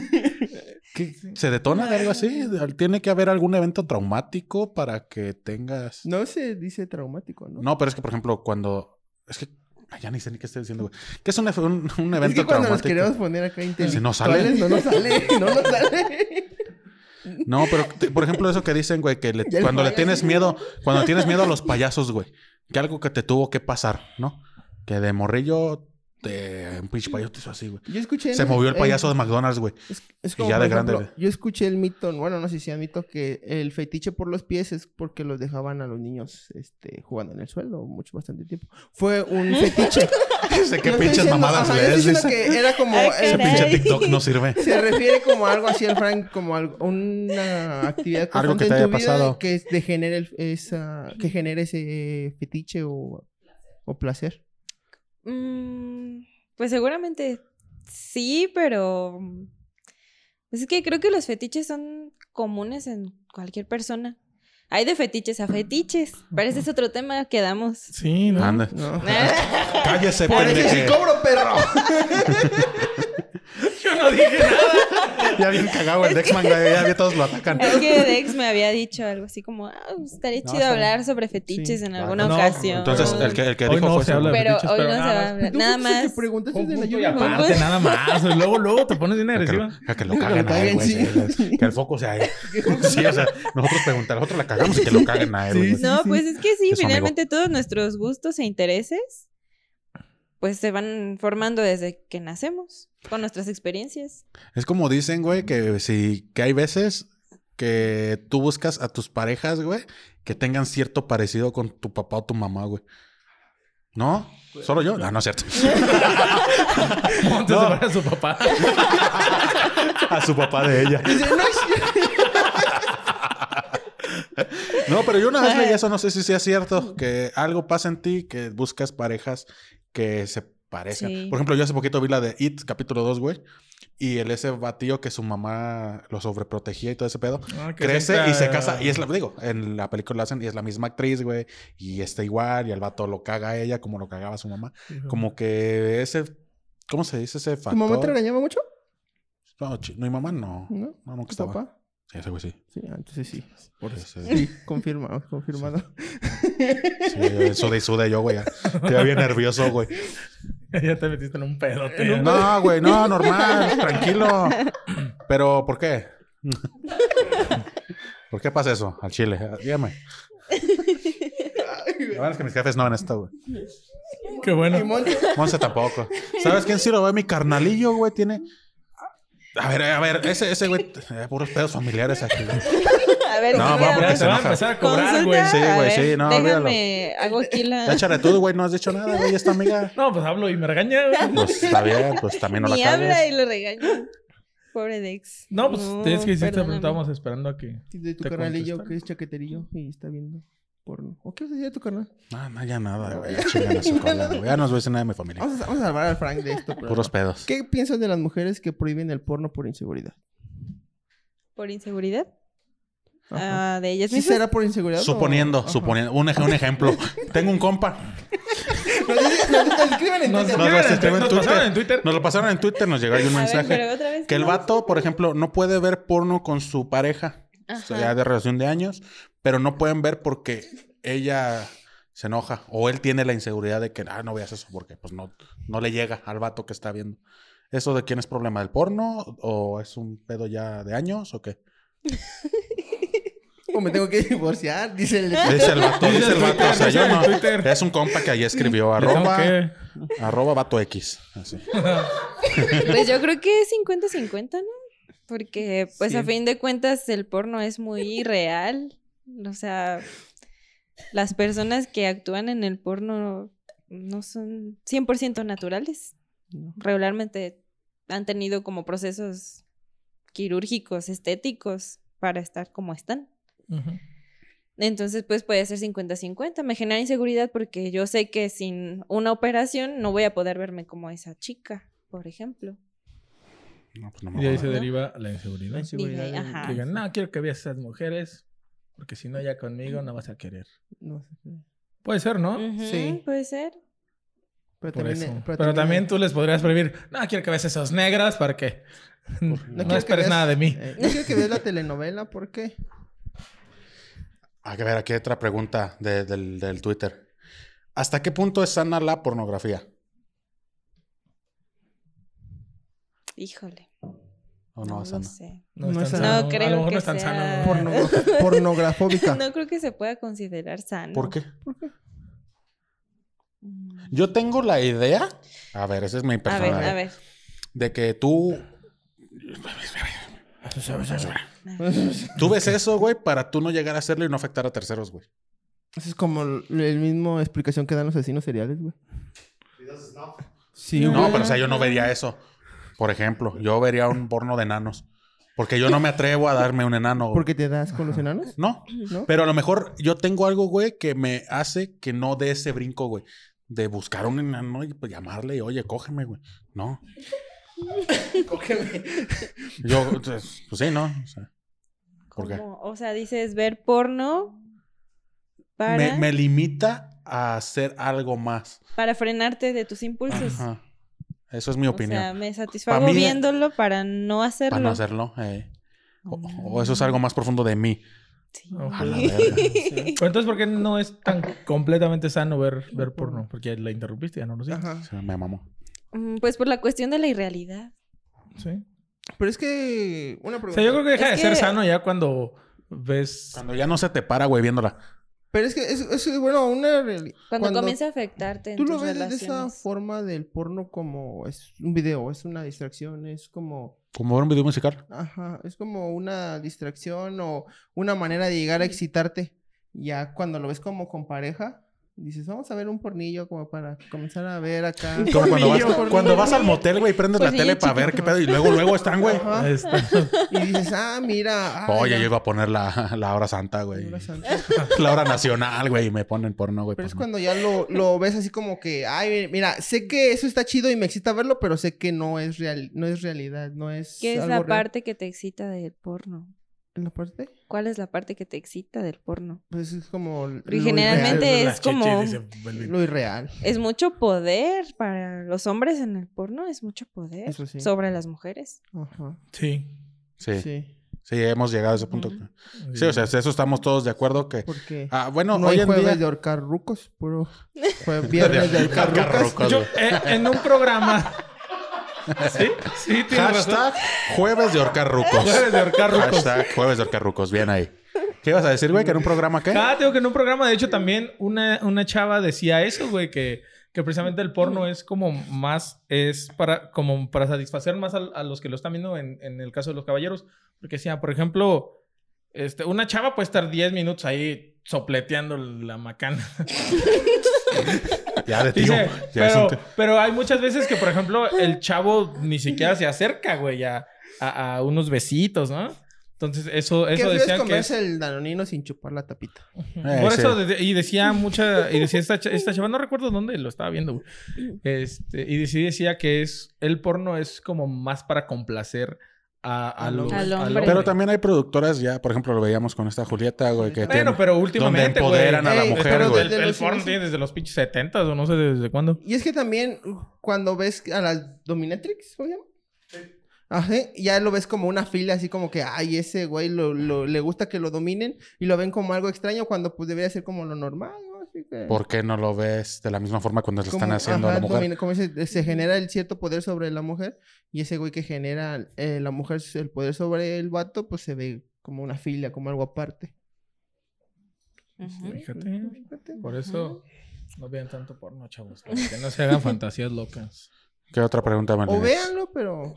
[SPEAKER 2] ¿Qué? ¿Se detona de algo así? ¿Tiene que haber algún evento traumático para que tengas...?
[SPEAKER 4] No se dice traumático, ¿no?
[SPEAKER 2] No, pero es que, por ejemplo, cuando... Es que Ay, ya ni sé ni qué estoy diciendo, güey. Que es un, efe- un- un
[SPEAKER 4] Es
[SPEAKER 2] evento
[SPEAKER 4] que cuando nos
[SPEAKER 2] traumático.
[SPEAKER 4] queremos poner acá intelectuales,
[SPEAKER 2] no sale.
[SPEAKER 4] no nos sale, no nos sale.
[SPEAKER 2] No, pero te- por ejemplo, eso que dicen, güey, que le-
[SPEAKER 4] Ya el
[SPEAKER 2] cuando le
[SPEAKER 4] payaso.
[SPEAKER 2] tienes miedo, cuando tienes miedo a los payasos, güey, que algo que te tuvo que pasar, ¿no? Que de morrillo, te, un pinche payaso te hizo así, güey.
[SPEAKER 4] Yo escuché...
[SPEAKER 2] Se movió el payaso de McDonald's, güey.
[SPEAKER 4] Es, es
[SPEAKER 2] Y
[SPEAKER 4] como,
[SPEAKER 2] ya
[SPEAKER 4] por
[SPEAKER 2] de grande,
[SPEAKER 4] ejemplo, Yo escuché el mito, bueno, no sé si sea mito, que el fetiche por los pies es porque los dejaban a los niños este, jugando en el suelo mucho, bastante tiempo. Fue un fetiche.
[SPEAKER 2] Dice, qué
[SPEAKER 4] Yo estoy
[SPEAKER 2] pinches
[SPEAKER 4] diciendo-
[SPEAKER 2] mamadas
[SPEAKER 4] ajá, yo
[SPEAKER 2] lees,
[SPEAKER 4] estoy diciendo
[SPEAKER 2] dice.
[SPEAKER 4] que era como...
[SPEAKER 5] Ay,
[SPEAKER 4] el-
[SPEAKER 2] Ese pinche
[SPEAKER 5] Caray.
[SPEAKER 2] TikTok no sirve.
[SPEAKER 4] se refiere como algo así al Frank, como algo- una actividad constante
[SPEAKER 2] Algo que te
[SPEAKER 4] en tu
[SPEAKER 2] haya
[SPEAKER 4] vida
[SPEAKER 2] pasado.
[SPEAKER 4] que es- de genere el- esa, que genere ese fetiche o, o placer.
[SPEAKER 5] Mm, pues seguramente sí, pero mm, pues es que creo que los fetiches son comunes en cualquier persona. Hay de fetiches a fetiches, pero ese es otro tema que damos.
[SPEAKER 3] Sí, ¿no?
[SPEAKER 2] Anda.
[SPEAKER 4] No.
[SPEAKER 2] Cállese,
[SPEAKER 4] Por eso sí
[SPEAKER 2] pendeje.
[SPEAKER 4] cobro, perro.
[SPEAKER 3] Yo no dije nada.
[SPEAKER 2] Ya bien cagado el Dexman, güey. Ya bien todos lo atacan.
[SPEAKER 5] Es que Dex me había dicho algo así como, ah, estaría
[SPEAKER 2] No,
[SPEAKER 5] chido
[SPEAKER 2] está
[SPEAKER 5] hablar sobre fetiches
[SPEAKER 4] Sí.
[SPEAKER 5] en alguna
[SPEAKER 3] No,
[SPEAKER 5] ocasión.
[SPEAKER 2] Entonces, el que, el que
[SPEAKER 3] Hoy
[SPEAKER 2] dijo
[SPEAKER 3] no
[SPEAKER 2] fue
[SPEAKER 3] se
[SPEAKER 2] ese,
[SPEAKER 3] habla
[SPEAKER 2] güey.
[SPEAKER 3] de-
[SPEAKER 5] Pero
[SPEAKER 3] fetiches,
[SPEAKER 5] hoy
[SPEAKER 3] pero
[SPEAKER 5] no se
[SPEAKER 3] nada
[SPEAKER 5] va a
[SPEAKER 3] más.
[SPEAKER 5] hablar.
[SPEAKER 4] ¿Tú
[SPEAKER 5] Nada
[SPEAKER 4] fuiste el que
[SPEAKER 5] más.
[SPEAKER 4] preguntaste
[SPEAKER 3] Un
[SPEAKER 4] de la
[SPEAKER 3] punto y
[SPEAKER 4] lluvia?
[SPEAKER 3] aparte, nada más. Luego, luego te pones bien
[SPEAKER 2] Que lo,
[SPEAKER 3] agresiva.
[SPEAKER 2] que lo
[SPEAKER 4] Que lo
[SPEAKER 2] caguen a él,
[SPEAKER 4] caguen,
[SPEAKER 2] güey.
[SPEAKER 4] sí.
[SPEAKER 2] sí, sí. Que el foco sea él. Sí, o sea, nosotros preguntar, nosotros la cagamos y que lo caguen a él,
[SPEAKER 3] Sí,
[SPEAKER 2] güey.
[SPEAKER 3] sí.
[SPEAKER 5] No, pues es que sí,
[SPEAKER 2] Es su amigo.
[SPEAKER 5] finalmente todos nuestros gustos e intereses pues se van formando desde que nacemos, con nuestras experiencias.
[SPEAKER 2] Es como dicen, güey, que si que hay veces que tú buscas a tus parejas, güey, que tengan cierto parecido con tu papá o tu mamá, güey. ¿No? ¿Solo yo? Ah, No, no es cierto.
[SPEAKER 3] Ponte
[SPEAKER 2] No.
[SPEAKER 3] a ver a su papá.
[SPEAKER 2] A su papá de ella.
[SPEAKER 4] Dice, no, es-
[SPEAKER 2] No, pero yo una vez leí eso, no sé si sea cierto, que algo pasa en ti que buscas parejas que se parezcan.
[SPEAKER 5] Sí.
[SPEAKER 2] Por ejemplo, yo hace poquito vi la de It, capítulo 2, güey. Y el ese batillo que su mamá lo sobreprotegía y todo ese pedo. Crece y se casa. Y es la, digo, en la película lo hacen y es la misma actriz, güey. Y está igual y el vato lo caga a ella como lo cagaba su mamá.
[SPEAKER 3] Mm.
[SPEAKER 2] Como que ese... ¿Cómo se dice ese factor?
[SPEAKER 4] ¿Tu mamá te regañaba mucho?
[SPEAKER 2] No, chi- no, mi mamá no.
[SPEAKER 4] ¿No?
[SPEAKER 2] No, nunca
[SPEAKER 4] ¿Tu
[SPEAKER 2] estaba.
[SPEAKER 4] papá?
[SPEAKER 2] Sí, ese güey sí.
[SPEAKER 4] Sí, ah, entonces sí.
[SPEAKER 2] Ese-
[SPEAKER 4] Sí, confirmado, confirmado.
[SPEAKER 2] Sí, eso de sude yo, güey. Te bien nervioso, güey.
[SPEAKER 3] ya te metiste en un pedote.
[SPEAKER 2] No, güey, no, normal, tranquilo. Pero, ¿por qué? ¿Por qué pasa eso al chile? Ah, Dígame. Lo bueno es que mis jefes no ven esto, güey.
[SPEAKER 3] Qué bueno.
[SPEAKER 4] Simón,
[SPEAKER 2] Monse tampoco. ¿Sabes quién sí lo ve? Mi carnalillo, güey, tiene. A ver, a ver, ese, ese güey, eh, puros pedos familiares aquí. güey.
[SPEAKER 5] A ver,
[SPEAKER 2] No,
[SPEAKER 5] ¿qué
[SPEAKER 2] va,
[SPEAKER 5] le
[SPEAKER 2] porque
[SPEAKER 5] damos?
[SPEAKER 2] se
[SPEAKER 3] se va a
[SPEAKER 2] enoja.
[SPEAKER 3] empezar a
[SPEAKER 5] Consulta,
[SPEAKER 3] cobrar, güey.
[SPEAKER 2] Sí,
[SPEAKER 5] a
[SPEAKER 2] güey,
[SPEAKER 5] ver,
[SPEAKER 2] sí, no,
[SPEAKER 5] Déjame, hago aquí la...
[SPEAKER 2] Ya échale tú, güey, no has dicho nada, güey, esta amiga.
[SPEAKER 3] No, pues hablo y me regaña. güey.
[SPEAKER 2] Pues está bien, pues también no la
[SPEAKER 5] Ni habla
[SPEAKER 2] cagues.
[SPEAKER 5] y lo regaño. Pobre Dex.
[SPEAKER 3] No, pues es que sí te
[SPEAKER 5] perdóname.
[SPEAKER 3] estábamos esperando a que.
[SPEAKER 4] De tu
[SPEAKER 3] Te
[SPEAKER 4] canalillo
[SPEAKER 3] contestan.
[SPEAKER 4] que es chaqueterillo y está viendo porno. ¿O qué vas a decir de tu canal?
[SPEAKER 2] No, no, ya nada, güey. Ya chingan a su cola, güey. Ya no os voy a decir nada de mi familia.
[SPEAKER 4] Vamos a, vamos a salvar al Frank de esto. pero-
[SPEAKER 2] Puros pedos.
[SPEAKER 4] ¿Qué piensas de las mujeres que prohíben el porno por inseguridad?
[SPEAKER 5] ¿Por inseguridad?
[SPEAKER 4] Ajá.
[SPEAKER 5] Ah, de ellas
[SPEAKER 4] ¿Sí
[SPEAKER 5] mismas.
[SPEAKER 4] será por inseguridad? o-
[SPEAKER 2] Suponiendo,
[SPEAKER 4] Ajá.
[SPEAKER 2] suponiendo. Un, ej- un ejemplo. Tengo un compa.
[SPEAKER 4] Nos dice- nos- nos escriben en
[SPEAKER 3] Nos,
[SPEAKER 4] Twitter.
[SPEAKER 2] no,
[SPEAKER 3] escriben
[SPEAKER 2] no,
[SPEAKER 3] en-
[SPEAKER 2] se escribe en
[SPEAKER 3] nos
[SPEAKER 2] Twitter.
[SPEAKER 3] pasaron en Twitter.
[SPEAKER 2] Nos lo pasaron en Twitter, nos llegó ahí un
[SPEAKER 5] A ver,
[SPEAKER 2] mensaje.
[SPEAKER 5] pero otra vez,
[SPEAKER 2] Que el
[SPEAKER 5] ¿cómo?
[SPEAKER 2] vato, por ejemplo, no puede ver porno con su pareja. o sea,
[SPEAKER 5] Ajá.
[SPEAKER 2] ya de relación de años. Pero no pueden ver porque ella se enoja. O él tiene la inseguridad de que, ah, no veas eso porque pues no, no le llega al vato que está viendo. ¿Eso de quién es problema? ¿Del porno? ¿O es un pedo ya de años o qué?
[SPEAKER 4] O me tengo que divorciar, dice el...
[SPEAKER 2] Dice el vato,
[SPEAKER 3] Dice
[SPEAKER 2] dice el
[SPEAKER 3] en
[SPEAKER 2] vato. O sea,
[SPEAKER 3] Twitter,
[SPEAKER 2] yo
[SPEAKER 3] dice en
[SPEAKER 2] no.
[SPEAKER 3] Twitter.
[SPEAKER 2] Es un compa que ahí escribió
[SPEAKER 3] Le tengo
[SPEAKER 2] arroba.
[SPEAKER 3] que-
[SPEAKER 2] Arroba vato X. Así.
[SPEAKER 5] Pues yo creo que es 50-50, ¿no? Porque, pues a
[SPEAKER 3] Sí.
[SPEAKER 5] fin de cuentas, el porno es muy real. O sea, las personas que actúan en el porno no son 100% naturales. Regularmente han tenido como procesos quirúrgicos, estéticos, para estar como están.
[SPEAKER 3] Ujú.
[SPEAKER 5] Entonces, pues puede ser 50-50. Me genera inseguridad porque yo sé que sin una operación no voy a poder verme como esa chica, por ejemplo.
[SPEAKER 2] No, pues no me
[SPEAKER 3] Y de ahí
[SPEAKER 2] jodas.
[SPEAKER 3] se deriva la inseguridad.
[SPEAKER 4] La inseguridad
[SPEAKER 5] Diga,
[SPEAKER 4] de-
[SPEAKER 5] ajá.
[SPEAKER 3] Que digan, no, quiero que veas a esas mujeres, porque si no, ya conmigo no vas a querer.
[SPEAKER 4] No sé qué.
[SPEAKER 3] Puede ser, ¿no?
[SPEAKER 5] Ujú,
[SPEAKER 4] Sí.
[SPEAKER 5] Puede ser.
[SPEAKER 4] Pero
[SPEAKER 3] Por
[SPEAKER 4] también,
[SPEAKER 3] eso.
[SPEAKER 4] eh,
[SPEAKER 3] Pero, también tú les podrías prohibir, no, quiero que veas a esas negras, ¿para qué? No,
[SPEAKER 4] quiero que
[SPEAKER 3] esperes
[SPEAKER 4] veas-
[SPEAKER 3] nada de mí.
[SPEAKER 4] eh, no quiero que veas la telenovela, ¿por qué?
[SPEAKER 2] Ah, Hay que ver, aquí hay otra pregunta de- del, del Twitter. ¿Hasta qué punto es sana la pornografía?
[SPEAKER 5] Híjole.
[SPEAKER 2] ¿O
[SPEAKER 5] No,
[SPEAKER 2] no,
[SPEAKER 5] lo
[SPEAKER 2] es sana?
[SPEAKER 5] sé.
[SPEAKER 3] No, es tan
[SPEAKER 4] No es sano.
[SPEAKER 3] sano.
[SPEAKER 5] No
[SPEAKER 3] a lo
[SPEAKER 5] creo
[SPEAKER 3] mejor
[SPEAKER 5] que
[SPEAKER 3] no es tan
[SPEAKER 5] sea-
[SPEAKER 3] sano.
[SPEAKER 5] Porno.
[SPEAKER 4] Porno- pornografóbica.
[SPEAKER 5] No creo que se pueda considerar sano.
[SPEAKER 2] ¿Por qué?
[SPEAKER 5] Mm.
[SPEAKER 2] Yo tengo la idea. A ver, esa es mi
[SPEAKER 5] A
[SPEAKER 2] personal.
[SPEAKER 5] ver, a ver.
[SPEAKER 2] De que tú. Tú ves eso, güey, para tú no llegar a hacerlo y no afectar a terceros, güey.
[SPEAKER 4] Eso es como l- el mismo explicación que dan los asesinos seriales, güey. Sí,
[SPEAKER 5] Mm.
[SPEAKER 2] No,
[SPEAKER 4] güey.
[SPEAKER 2] pero o sea, yo no vería eso. Por ejemplo, yo vería un porno de enanos. Porque yo no me atrevo a darme un enano. güey.
[SPEAKER 4] Porque te das con los enanos,
[SPEAKER 2] No.
[SPEAKER 4] ¿no?
[SPEAKER 2] Pero a lo mejor yo tengo algo, güey, que me hace que no dé ese brinco, güey. De buscar un enano y pues, llamarle y, oye, cógeme, güey. No. cógeme. Yo, pues pues, sí, ¿no? O sea, ¿Por qué?
[SPEAKER 5] ¿Cómo? O sea, dices ver porno para,
[SPEAKER 2] me, me limita a hacer algo más.
[SPEAKER 5] para frenarte de tus impulsos.
[SPEAKER 2] Ajá. Eso es mi
[SPEAKER 5] O sea,
[SPEAKER 2] opinión.
[SPEAKER 5] me satisfago
[SPEAKER 2] Pa' mí-
[SPEAKER 5] viéndolo para no hacerlo.
[SPEAKER 2] para no hacerlo. eh. O, o
[SPEAKER 5] Ah,
[SPEAKER 2] eso es algo más profundo de mí.
[SPEAKER 5] sí.
[SPEAKER 3] Ojo.
[SPEAKER 2] A la verga.
[SPEAKER 3] Pero entonces, ¿por qué no es tan completamente sano ver, ver porno? Porque ya la interrumpiste, ya no lo sé.
[SPEAKER 4] Ajá.
[SPEAKER 2] Sí, me mamó.
[SPEAKER 5] Mm, Pues por la cuestión de la irrealidad.
[SPEAKER 3] Sí.
[SPEAKER 4] Pero es que una
[SPEAKER 3] O
[SPEAKER 4] pregunta.
[SPEAKER 3] sea, yo creo que deja de
[SPEAKER 5] Es
[SPEAKER 3] ser
[SPEAKER 5] que-
[SPEAKER 3] sano ya cuando ves.
[SPEAKER 2] Cuando ya no se te para, güey, viéndola.
[SPEAKER 4] Pero es que es, es, bueno, una realidad.
[SPEAKER 5] Cuando, comienza a afectarte en
[SPEAKER 4] Tú lo
[SPEAKER 5] tus
[SPEAKER 4] ves desde esa
[SPEAKER 5] relaciones.
[SPEAKER 4] forma del porno como es un video, es una distracción, es como
[SPEAKER 2] Como ver un video musical.
[SPEAKER 4] Ajá, es como una distracción o una manera de llegar a excitarte. Ya cuando lo ves como con pareja, dices, vamos a ver un pornillo como para comenzar a ver acá.
[SPEAKER 2] Como cuando vas,
[SPEAKER 4] Pornillo,
[SPEAKER 2] cuando
[SPEAKER 4] pornillo.
[SPEAKER 2] vas al motel, güey, y prendes la
[SPEAKER 5] Pues sí,
[SPEAKER 2] tele para ver qué pedo y luego, luego están, güey.
[SPEAKER 4] Ajá,
[SPEAKER 3] Esta-
[SPEAKER 4] y dices, ah, mira. ay,
[SPEAKER 2] Oye,
[SPEAKER 4] ya,
[SPEAKER 2] Oh, llego a poner la, la hora santa, güey.
[SPEAKER 4] Laura Santos".
[SPEAKER 2] La hora nacional, güey, y me ponen porno, güey.
[SPEAKER 4] Pero es
[SPEAKER 2] porno.
[SPEAKER 4] cuando ya lo, lo ves así como que, ay, mira, sé que eso está chido y me excita verlo, pero sé que no es real, no es realidad, no es.
[SPEAKER 5] ¿Qué es
[SPEAKER 4] algo
[SPEAKER 5] la
[SPEAKER 4] real".
[SPEAKER 5] parte que te excita del porno?
[SPEAKER 4] ¿La parte?
[SPEAKER 5] ¿Cuál es la parte que te excita del porno?
[SPEAKER 4] Pues es como. lo
[SPEAKER 5] Porque generalmente-
[SPEAKER 4] irreal,
[SPEAKER 5] es
[SPEAKER 3] Las chichis,
[SPEAKER 5] como-
[SPEAKER 3] dice Belvin.
[SPEAKER 4] Lo irreal.
[SPEAKER 5] Es mucho poder para los hombres en el porno, es mucho poder
[SPEAKER 4] Eso sí.
[SPEAKER 5] sobre las mujeres.
[SPEAKER 4] Ajá.
[SPEAKER 3] Sí.
[SPEAKER 2] Sí, sí,
[SPEAKER 4] Sí.
[SPEAKER 2] hemos llegado a ese punto.
[SPEAKER 5] Ujú.
[SPEAKER 2] Sí, o sea, eso estamos todos de acuerdo que...
[SPEAKER 4] Porque.
[SPEAKER 2] Ah, bueno,
[SPEAKER 4] No
[SPEAKER 2] hoy
[SPEAKER 4] hay
[SPEAKER 2] en
[SPEAKER 4] jueves
[SPEAKER 2] día...
[SPEAKER 4] de ahorcar rucos, puro. Fue viernes de ahorcar rucos.
[SPEAKER 2] Carrucas,
[SPEAKER 3] Yo,
[SPEAKER 2] güey.
[SPEAKER 3] eh, en un programa. sí, sí, tienes razón.
[SPEAKER 2] Hashtag jueves de ahorcar rucos.
[SPEAKER 3] Jueves de ahorcar rucos.
[SPEAKER 2] Hashtag jueves de ahorcar rucos. Bien ahí. ¿Qué ibas a decir, güey? ¿Que en un programa qué?
[SPEAKER 3] Ah, tengo que en un programa, de hecho, también una, una chava decía eso, güey, que, que precisamente el porno es como más, es para, como para satisfacer más al- a, los que lo están viendo en, en el caso de los caballeros. Porque decía, por ejemplo, este, una chava puede estar 10 minutos ahí sopleteando la macana.
[SPEAKER 2] Ya de tío.
[SPEAKER 3] Dice,
[SPEAKER 2] Ya es
[SPEAKER 3] pero,
[SPEAKER 2] un tío.
[SPEAKER 3] pero hay muchas veces que, por ejemplo, el chavo ni siquiera se acerca, güey, a, a, a unos besitos, ¿no? Entonces, eso,
[SPEAKER 4] ¿Qué
[SPEAKER 3] eso
[SPEAKER 4] feo es
[SPEAKER 3] decían que es-
[SPEAKER 4] comerse el danonino sin chupar la tapita?
[SPEAKER 2] Eh,
[SPEAKER 3] Por
[SPEAKER 2] sí.
[SPEAKER 3] eso, de- y decía mucha, y decía esta, cha- esta chava, no recuerdo dónde lo estaba viendo, güey. Este, y decí- decía que es, el porno es como más para complacer a, a
[SPEAKER 4] Al
[SPEAKER 3] los-
[SPEAKER 4] hombre.
[SPEAKER 5] Al
[SPEAKER 3] al
[SPEAKER 5] hombre.
[SPEAKER 2] Pero también hay productoras ya, por ejemplo, lo veíamos con esta Julieta, güey, que tiene-
[SPEAKER 3] Bueno, pero últimamente, güey.
[SPEAKER 2] empoderan
[SPEAKER 4] a la
[SPEAKER 3] Ey,
[SPEAKER 4] mujer,
[SPEAKER 3] pero
[SPEAKER 4] güey.
[SPEAKER 3] del- El,
[SPEAKER 4] Desde los
[SPEAKER 3] porno
[SPEAKER 4] inicios.
[SPEAKER 3] tiene desde los pinches 70 o no sé desde cuándo.
[SPEAKER 4] Y es que también uh, cuando ves a las dominatrix, ¿cómo se llama? Ajá, ya lo ves como una fila, así como que, ay, ese güey lo, lo- le gusta que lo dominen y lo ven como algo extraño cuando pues debería ser como lo normal, ¿no? Así que...
[SPEAKER 2] ¿por qué no lo ves de la misma forma cuando lo están
[SPEAKER 4] como-
[SPEAKER 2] haciendo a
[SPEAKER 4] ajá,
[SPEAKER 2] la mujer?
[SPEAKER 4] domina- como se, se genera el cierto poder sobre la mujer y ese güey que genera eh, la mujer el poder sobre el vato, pues se ve como una fila, como algo aparte.
[SPEAKER 5] Ujú.
[SPEAKER 3] Fíjate.
[SPEAKER 4] Fíjate.
[SPEAKER 3] Por eso no vean tanto porno, chavos. para Que no se hagan fantasías locas.
[SPEAKER 2] ¿Qué otra pregunta,
[SPEAKER 4] O
[SPEAKER 2] Melanie?
[SPEAKER 4] véanlo, pero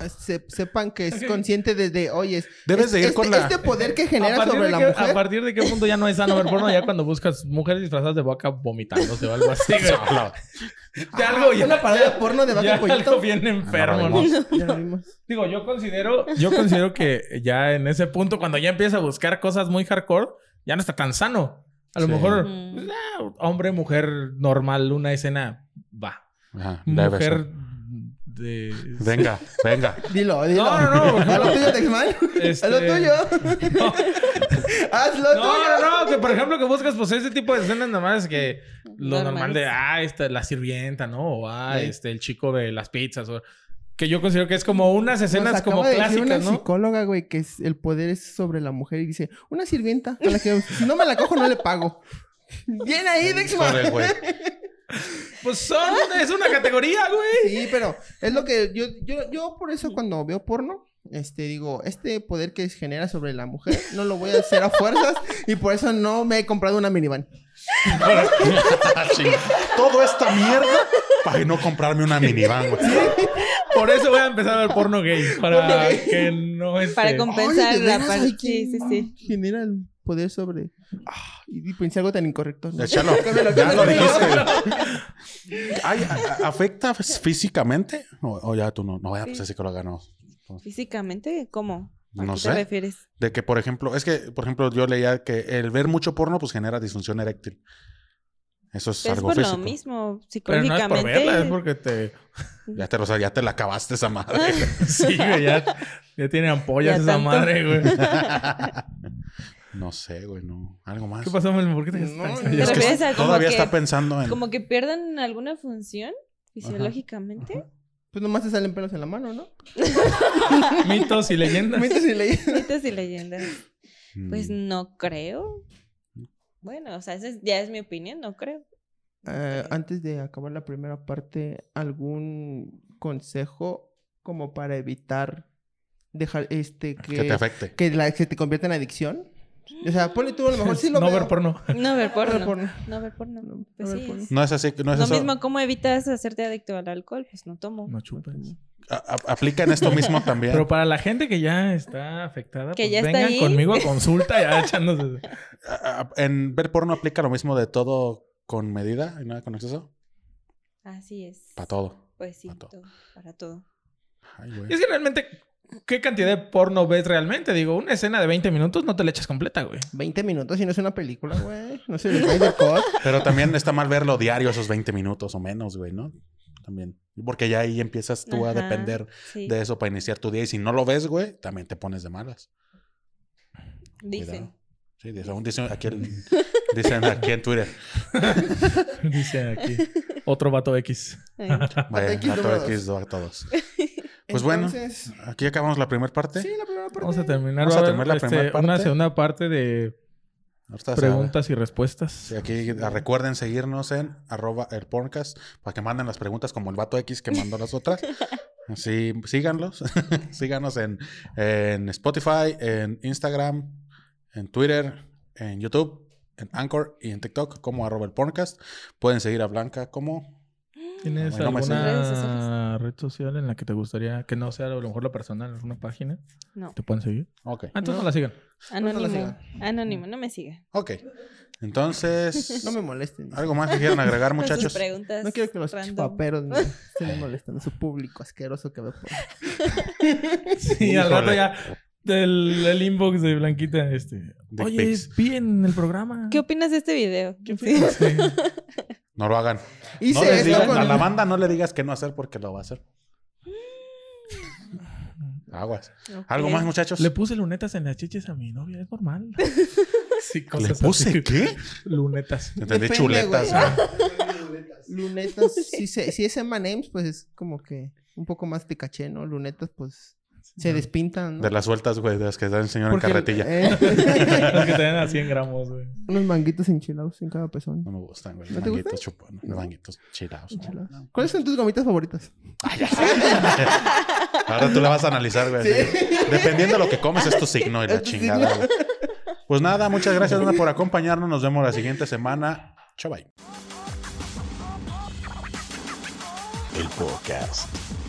[SPEAKER 4] ah, se- sepan que es consciente desde, oye, es-
[SPEAKER 2] Debes de ir
[SPEAKER 4] este,
[SPEAKER 2] con la...
[SPEAKER 4] este poder que
[SPEAKER 3] ¿A
[SPEAKER 4] genera
[SPEAKER 3] partir,
[SPEAKER 4] sobre
[SPEAKER 3] de
[SPEAKER 4] la
[SPEAKER 3] qué, a
[SPEAKER 4] mujer.
[SPEAKER 3] partir de qué punto ya no es sano ver porno? Ya cuando buscas mujeres disfrazadas de vaca vomitándose o algo así, güey. Ah,
[SPEAKER 2] No,
[SPEAKER 3] De algo ya.
[SPEAKER 4] Ah, Una parada de porno de vaca
[SPEAKER 3] ya
[SPEAKER 4] y pollito.
[SPEAKER 3] algo bien enfermo,
[SPEAKER 2] no,
[SPEAKER 3] Ah, ¿no?
[SPEAKER 2] no.
[SPEAKER 4] Ya lo vimos.
[SPEAKER 3] Digo, yo considero, yo considero que ya en ese punto, cuando ya empieza a buscar cosas muy hardcore, ya no está tan sano. A lo
[SPEAKER 2] Sí.
[SPEAKER 3] mejor,
[SPEAKER 5] Mm.
[SPEAKER 3] pues, ah, hombre, mujer, normal, una escena, va.
[SPEAKER 2] Ajá, debe
[SPEAKER 3] Mujer
[SPEAKER 2] ser.
[SPEAKER 3] de...
[SPEAKER 2] Venga, venga.
[SPEAKER 4] Dilo, dilo.
[SPEAKER 3] No, no, no.
[SPEAKER 4] A lo tuyo, Texman.
[SPEAKER 3] Este-
[SPEAKER 4] A lo tuyo.
[SPEAKER 3] No,
[SPEAKER 4] Haz lo
[SPEAKER 3] no,
[SPEAKER 4] tuyo.
[SPEAKER 3] no, no, que por ejemplo que buscas pues ese tipo de escenas normales que lo normal
[SPEAKER 5] Normales.
[SPEAKER 3] de, ah, esta, la sirvienta, ¿no? O ah,
[SPEAKER 4] Sí.
[SPEAKER 3] este, el chico de las pizzas, o... Que yo considero que es como unas escenas
[SPEAKER 4] Nos
[SPEAKER 3] como
[SPEAKER 4] acaba de decir
[SPEAKER 3] clásicas,
[SPEAKER 4] una
[SPEAKER 3] ¿no?
[SPEAKER 4] psicóloga, güey, que es, el poder es sobre la mujer y dice, una sirvienta, a la que si no me la cojo no le pago. Bien ahí, Dexman.
[SPEAKER 2] Híjole, güey.
[SPEAKER 3] Pues son, es una categoría, güey.
[SPEAKER 4] Sí, pero es lo que yo, yo, yo por eso cuando veo porno, este, digo, este poder que se genera sobre la mujer no lo voy a hacer a fuerzas y por eso no me he comprado una minivan.
[SPEAKER 2] Ah, chinga. Todo esta mierda para no comprarme una minivan, güey.
[SPEAKER 3] Por eso voy a empezar a ver porno gay. Para que no este, esté.
[SPEAKER 5] Para compensar
[SPEAKER 4] este, Ay, de
[SPEAKER 5] la
[SPEAKER 4] veras,
[SPEAKER 5] parte.
[SPEAKER 4] ay, qué-
[SPEAKER 5] Sí, sí, sí.
[SPEAKER 4] Genera el poder sobre... Ah, y pensé algo tan incorrecto. ¿no?
[SPEAKER 2] Ya, Chalo, ya lo dijiste. Ay, a- a- ¿Afecta físicamente? O, o ya tú no. No, ya, pues el psicóloga no.
[SPEAKER 5] Físicamente, ¿cómo? ¿A
[SPEAKER 2] No
[SPEAKER 5] qué
[SPEAKER 2] sé.
[SPEAKER 5] te refieres?
[SPEAKER 2] De que, por ejemplo, es que, por ejemplo, yo leía que el ver mucho porno, pues genera disfunción eréctil. Eso es
[SPEAKER 5] Pero es
[SPEAKER 2] algo
[SPEAKER 5] por
[SPEAKER 2] físico.
[SPEAKER 5] lo mismo,
[SPEAKER 3] Pero no es por
[SPEAKER 5] psicológicamente.
[SPEAKER 3] verla, es porque te.
[SPEAKER 2] Ya te, lo sa- ya te la acabaste esa madre.
[SPEAKER 3] Sí, güey, ya, ya tiene ampollas
[SPEAKER 5] Ya
[SPEAKER 3] esa
[SPEAKER 5] tanto.
[SPEAKER 3] madre, güey.
[SPEAKER 2] no sé, güey, no. Algo más.
[SPEAKER 3] ¿Qué pasó, Melvin? ¿Por qué te
[SPEAKER 4] No,
[SPEAKER 3] estás
[SPEAKER 4] no.
[SPEAKER 5] ¿Te
[SPEAKER 2] Es que
[SPEAKER 5] refieres a como
[SPEAKER 2] todavía
[SPEAKER 5] que-
[SPEAKER 2] está pensando en.
[SPEAKER 5] Como que pierdan alguna función fisiológicamente.
[SPEAKER 4] Pues nomás te salen pelos en la mano, ¿no?
[SPEAKER 3] Mitos y leyendas.
[SPEAKER 4] Mientras y leyendas.
[SPEAKER 5] Mitos y leyendas.
[SPEAKER 2] Mm.
[SPEAKER 5] Pues no creo. Bueno, o sea, esa es- ya es mi opinión, no creo.
[SPEAKER 4] Eh, antes de acabar la primera parte, ¿algún consejo como para evitar dejar este que,
[SPEAKER 2] que te afecte.
[SPEAKER 4] que la- que te convierta en adicción? O sea, ponle tú, a lo mejor sí lo
[SPEAKER 3] no
[SPEAKER 4] veo.
[SPEAKER 3] ver porno.
[SPEAKER 5] No ver
[SPEAKER 4] No ver
[SPEAKER 5] porno.
[SPEAKER 4] porno.
[SPEAKER 5] No ver porno.
[SPEAKER 4] No
[SPEAKER 5] Pues
[SPEAKER 4] ver
[SPEAKER 5] sí.
[SPEAKER 4] porno.
[SPEAKER 5] es-
[SPEAKER 2] No es así, no es
[SPEAKER 5] Lo
[SPEAKER 2] eso.
[SPEAKER 5] mismo, ¿cómo evitas hacerte adicto al alcohol? Pues no tomo.
[SPEAKER 3] No chupes.
[SPEAKER 2] A- a- aplica en esto mismo también.
[SPEAKER 3] Pero para la gente que ya está afectada,
[SPEAKER 5] Que
[SPEAKER 3] pues
[SPEAKER 5] ya está
[SPEAKER 3] vengan
[SPEAKER 5] ahí.
[SPEAKER 3] conmigo a consulta ya echándose.
[SPEAKER 2] A- a- en ver porno aplica lo mismo de todo con medida y nada con exceso.
[SPEAKER 5] Así es.
[SPEAKER 2] Para todo.
[SPEAKER 5] Pues sí,
[SPEAKER 2] pa' todo.
[SPEAKER 5] todo, para todo.
[SPEAKER 2] Ay, güey.
[SPEAKER 3] Y es que realmente, ¿qué cantidad de porno ves realmente? Digo, una escena de 20 minutos no te la echas completa, güey.
[SPEAKER 4] 20 minutos y no es una película, güey. No se le cae de cor.
[SPEAKER 2] Pero también está mal verlo diario esos 20 minutos o menos, güey, ¿no? También. Porque ya ahí empiezas tú a
[SPEAKER 5] Ajá,
[SPEAKER 2] depender
[SPEAKER 5] sí.
[SPEAKER 2] de eso para iniciar tu día. Y si no lo ves, güey, también te pones de malas.
[SPEAKER 5] Dicen.
[SPEAKER 2] Cuidado. Sí, dice, aún dicen aquí, el- dicen aquí en Twitter.
[SPEAKER 3] Dice aquí. Otro vato X.
[SPEAKER 5] Ay,
[SPEAKER 2] Vaya,
[SPEAKER 4] X
[SPEAKER 2] dato
[SPEAKER 4] número
[SPEAKER 2] X a todos. Pues bueno.
[SPEAKER 4] Entonces,
[SPEAKER 2] Aquí acabamos la primera parte.
[SPEAKER 4] Sí, la primera parte.
[SPEAKER 3] Vamos a terminar,
[SPEAKER 2] Vamos a
[SPEAKER 3] va haber,
[SPEAKER 2] terminar la
[SPEAKER 3] este,
[SPEAKER 2] primera parte.
[SPEAKER 3] una segunda parte de
[SPEAKER 2] Ahorita se-
[SPEAKER 3] preguntas y respuestas.
[SPEAKER 2] Sí, aquí recuerden seguirnos en arroba el podcast para que manden las preguntas como el vato X que mandó las otras. Así, síganlos. Síganos en, en Spotify, en Instagram, en Twitter, en YouTube, en Anchor y en TikTok como arroba el podcast. Pueden seguir a Blanca como...
[SPEAKER 3] ¿Tienes
[SPEAKER 2] No me sé.
[SPEAKER 5] Redes sociales.
[SPEAKER 3] alguna red social en la que te gustaría que no sea a lo mejor la personal, alguna página?
[SPEAKER 5] No.
[SPEAKER 3] ¿Te pueden seguir?
[SPEAKER 2] Ok.
[SPEAKER 3] Ah, entonces no,
[SPEAKER 4] No.
[SPEAKER 3] la sigan.
[SPEAKER 4] No la
[SPEAKER 5] Anónimo.
[SPEAKER 4] sigan.
[SPEAKER 5] Anónimo, no me siga.
[SPEAKER 2] Ok. Entonces...
[SPEAKER 4] No me molesten.
[SPEAKER 2] ¿Algo más que quieran agregar,
[SPEAKER 5] Con sus
[SPEAKER 2] muchachos?
[SPEAKER 5] preguntas
[SPEAKER 4] No quiero que los
[SPEAKER 5] random.
[SPEAKER 4] chupaperos me estén molestando. Su público asqueroso que veo. por-
[SPEAKER 3] Sí, al rato
[SPEAKER 2] Híjole.
[SPEAKER 3] ya del el inbox de Blanquita este.
[SPEAKER 2] Dick
[SPEAKER 3] Oye,
[SPEAKER 2] pics.
[SPEAKER 3] vi en el programa.
[SPEAKER 5] ¿Qué opinas de este video?
[SPEAKER 3] ¿Qué
[SPEAKER 5] Sí.
[SPEAKER 3] opinas? Sí.
[SPEAKER 2] No lo hagan.
[SPEAKER 4] Hice
[SPEAKER 2] No les
[SPEAKER 4] esto
[SPEAKER 2] digan-
[SPEAKER 4] con-
[SPEAKER 2] a la banda no le digas que no hacer porque lo va a hacer.
[SPEAKER 4] Mm.
[SPEAKER 2] Aguas.
[SPEAKER 5] Ok.
[SPEAKER 2] ¿Algo más, muchachos?
[SPEAKER 3] Le puse lunetas en las chiches a mi novia, es normal. Sí,
[SPEAKER 2] ¿Le
[SPEAKER 3] cosas
[SPEAKER 2] puse
[SPEAKER 3] así.
[SPEAKER 2] qué?
[SPEAKER 3] Lunetas.
[SPEAKER 2] Entendí
[SPEAKER 4] Depende,
[SPEAKER 2] chuletas.
[SPEAKER 4] güey.
[SPEAKER 2] güey.
[SPEAKER 4] Lunetas, si, se- si es Emma Names, pues es como que un poco más te caché, ¿no? Lunetas, pues se despintan, ¿no?
[SPEAKER 2] De las sueltas, güey, de las que dan el señor en
[SPEAKER 4] Porque,
[SPEAKER 2] carretilla.
[SPEAKER 4] eh,
[SPEAKER 3] Las que te dan a 100 gramos, güey.
[SPEAKER 4] unos manguitos enchilados en cada pezón.
[SPEAKER 2] No me gustan, güey.
[SPEAKER 4] ¿No te
[SPEAKER 2] manguitos
[SPEAKER 4] gustan?
[SPEAKER 2] chupones. Manguitos chilados.
[SPEAKER 4] Enchilados. ¿Cuáles son tus gomitas favoritas?
[SPEAKER 2] Ahora tú la vas a analizar, güey. así. Dependiendo de lo que comes, es tu signo y la
[SPEAKER 4] Es tu
[SPEAKER 2] chingada. güey. Pues nada, muchas gracias, Dana, por acompañarnos. Nos vemos la siguiente semana. Chao, bye.
[SPEAKER 1] El podcast.